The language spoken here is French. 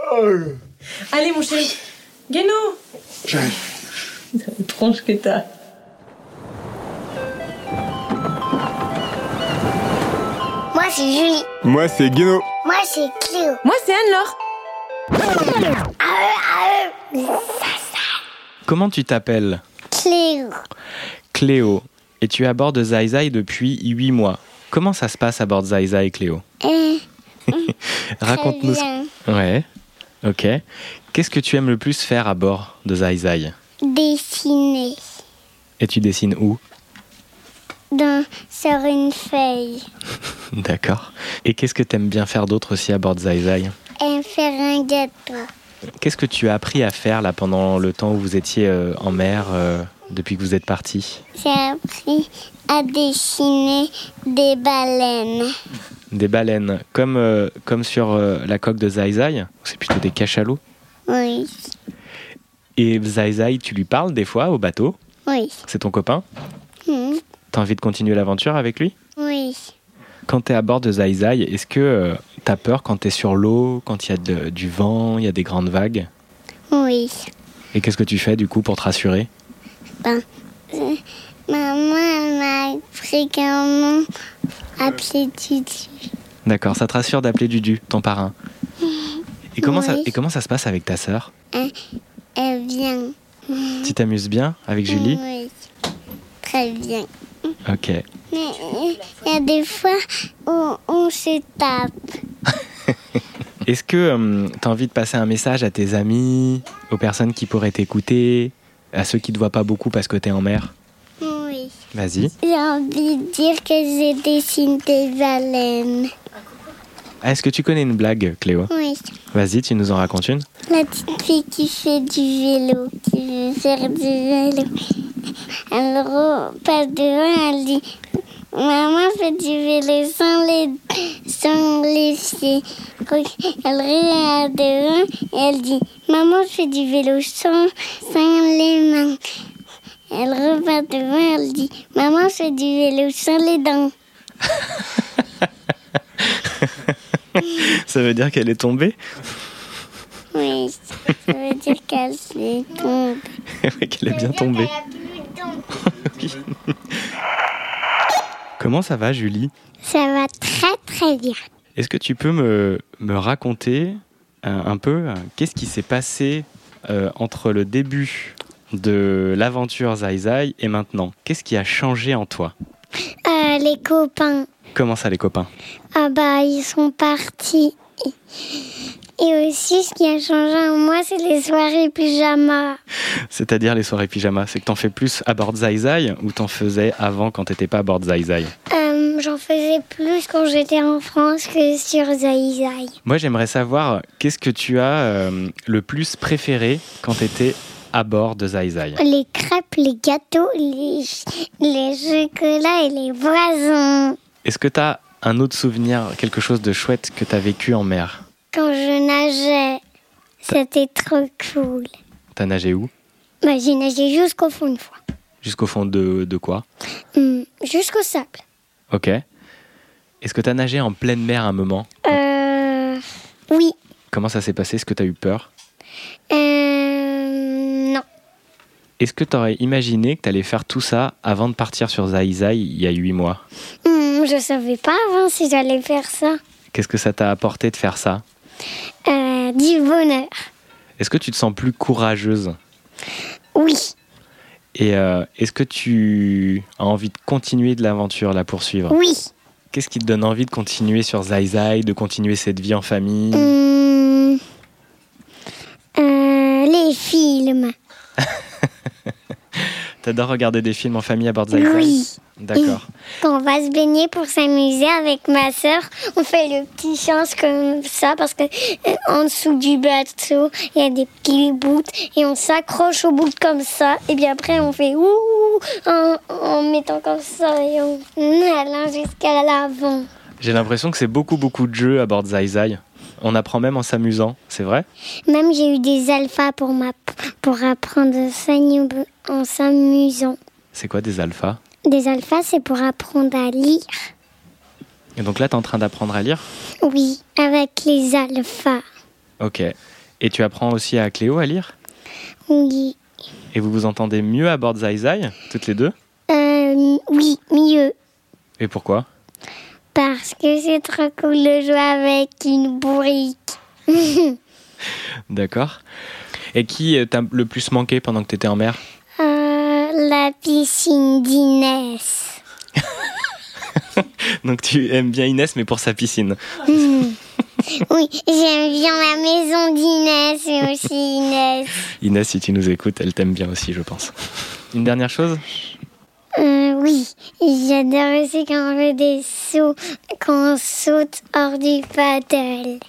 gueule Allez, mon chéri. Guéno J'arrive. Tranche que t'as. Moi, c'est Julie. Moi, c'est Guéno. Moi, c'est Cléo. Moi, c'est Anne-Laure. Comment tu t'appelles Cléo. Cléo. Et tu es à bord de Zai Zai depuis 8 mois. Comment ça se passe à bord de Zai Zai, Cléo Eh, Raconte-nous. très bien. Ouais. Ok. Qu'est-ce que tu aimes le plus faire à bord de Zai Zai Dessiner Et tu dessines où dans, sur une feuille. D'accord. Et qu'est-ce que t'aimes bien faire d'autre aussi à bord de Zai Zai Et faire un gâteau. Qu'est-ce que tu as appris à faire là pendant le temps où vous étiez euh, en mer euh, depuis que vous êtes parti J'ai appris à dessiner des baleines. Des baleines, comme, euh, comme sur euh, la coque de Zai Zai. C'est plutôt des cachalots. Oui, Et Zai Zai, tu lui parles des fois au bateau oui, C'est ton copain hmm, T'as envie de continuer l'aventure avec lui oui. Quand t'es à bord de Zai Zai, est-ce que euh, t'as peur quand t'es sur l'eau, quand il y a de- du vent, il y a des grandes vagues Oui. Et qu'est-ce que tu fais du coup pour te rassurer Euh, Maman elle m'a appris comment appeler Tutu. D'accord, ça te rassure d'appeler Dudu, ton parrain. Et comment, ça, Oui. et comment ça se passe avec ta sœur Hein, Elle vient. Tu t'amuses bien avec Julie Oui. Très bien. Ok. Mais euh, il y a des fois où on se tape. Est-ce que euh, t'as envie de passer un message à tes amis, aux personnes qui pourraient t'écouter, à ceux qui te voient pas beaucoup parce que t'es en mer Oui. Vas-y. J'ai envie de dire que je dessine des baleines. Ah, Est-ce que tu connais une blague, Cléo Oui. Vas-y, tu nous en racontes une La petite fille qui fait du vélo, qui veut faire du vélo. Elle re- passe devant, elle dit Maman fait du vélo sans les, sans les pieds. Re- Elle regarde devant et elle dit Maman fait du vélo sans, sans les mains. Elle repart devant, elle dit Maman fait du vélo sans les dents. Ça veut dire qu'elle est tombée Oui, ça veut dire qu'elle s'est tombée. Ouais, Qu'elle est bien tombée. Comment ça va, Julie Ça va très très bien. Est-ce que tu peux me, me raconter euh, un peu euh, qu'est-ce qui s'est passé euh, entre le début de l'aventure Zai Zai et maintenant Qu'est-ce qui a changé en toi Euh, les copains, Comment ça, les copains ah bah ils sont partis. Et aussi, ce qui a changé en moi, c'est les soirées pyjama. C'est-à-dire les soirées pyjama C'est que t'en fais plus à bord de Zai Zai ou t'en faisais avant quand t'étais pas à bord de Zai Zai Euh, J'en faisais plus quand j'étais en France que sur Zaïzaï. Moi, j'aimerais savoir qu'est-ce que tu as euh, le plus préféré quand t'étais à bord de Zai Zai Les crêpes, les gâteaux, les, les chocolats et les boissons. Est-ce que t'as un autre souvenir, quelque chose de chouette que t'as vécu en mer Quand je nageais, c'était trop cool. T'as nagé où Bah, j'ai nagé jusqu'au fond une fois. Jusqu'au fond de, de quoi Hum, jusqu'au sable. Ok. Est-ce que t'as nagé en pleine mer à un moment Euh, oui. Comment ça s'est passé Est-ce que t'as eu peur Euh, non. Est-ce que t'aurais imaginé que t'allais faire tout ça avant de partir sur Zai Zai il y a 8 mois Hmm, je savais pas avant si j'allais faire ça. Qu'est-ce que ça t'a apporté de faire ça Euh, du bonheur. Est-ce que tu te sens plus courageuse Oui. Et euh, est-ce que tu as envie de continuer de l'aventure, la poursuivre Oui. Qu'est-ce qui te donne envie de continuer sur Zai Zai, de continuer cette vie en famille Hmm. Euh, les films. T'adores regarder des films en famille à bord de Zai Zai Oui. D'accord. Quand on va se baigner pour s'amuser avec ma sœur, on fait le petit change comme ça parce que euh, en dessous du bateau, il y a des petits bouts et on s'accroche au bout comme ça. Et puis après, on fait ouh en, en mettant comme ça et on allant jusqu'à l'avant. J'ai l'impression que c'est beaucoup, beaucoup de jeux à bord de Zai Zai. On apprend même en s'amusant, c'est vrai Même j'ai eu des alphas pour, ma, pour apprendre à s'amuser en s'amusant. C'est quoi des alphas Des alphas, c'est pour apprendre à lire. Et donc là, t'es en train d'apprendre à lire Oui, avec les alphas. Ok. Et Et tu apprends aussi à Cléo à lire Oui. Et vous vous entendez mieux à bord de Zai Zai, toutes les deux Euh, oui, mieux. Et pourquoi Parce que c'est trop cool de jouer avec une bourrique. D'accord. Et qui euh, t'a le plus manqué pendant que t'étais en mer Euh, la piscine d'Inès. Donc tu aimes bien Inès, mais pour sa piscine. Oui, j'aime bien la maison d'Inès et aussi Inès. Inès, si tu nous écoutes, elle t'aime bien aussi, je pense. Une dernière chose Euh, oui, j'adore aussi quand on fait des sauts, quand on saute hors du paddle.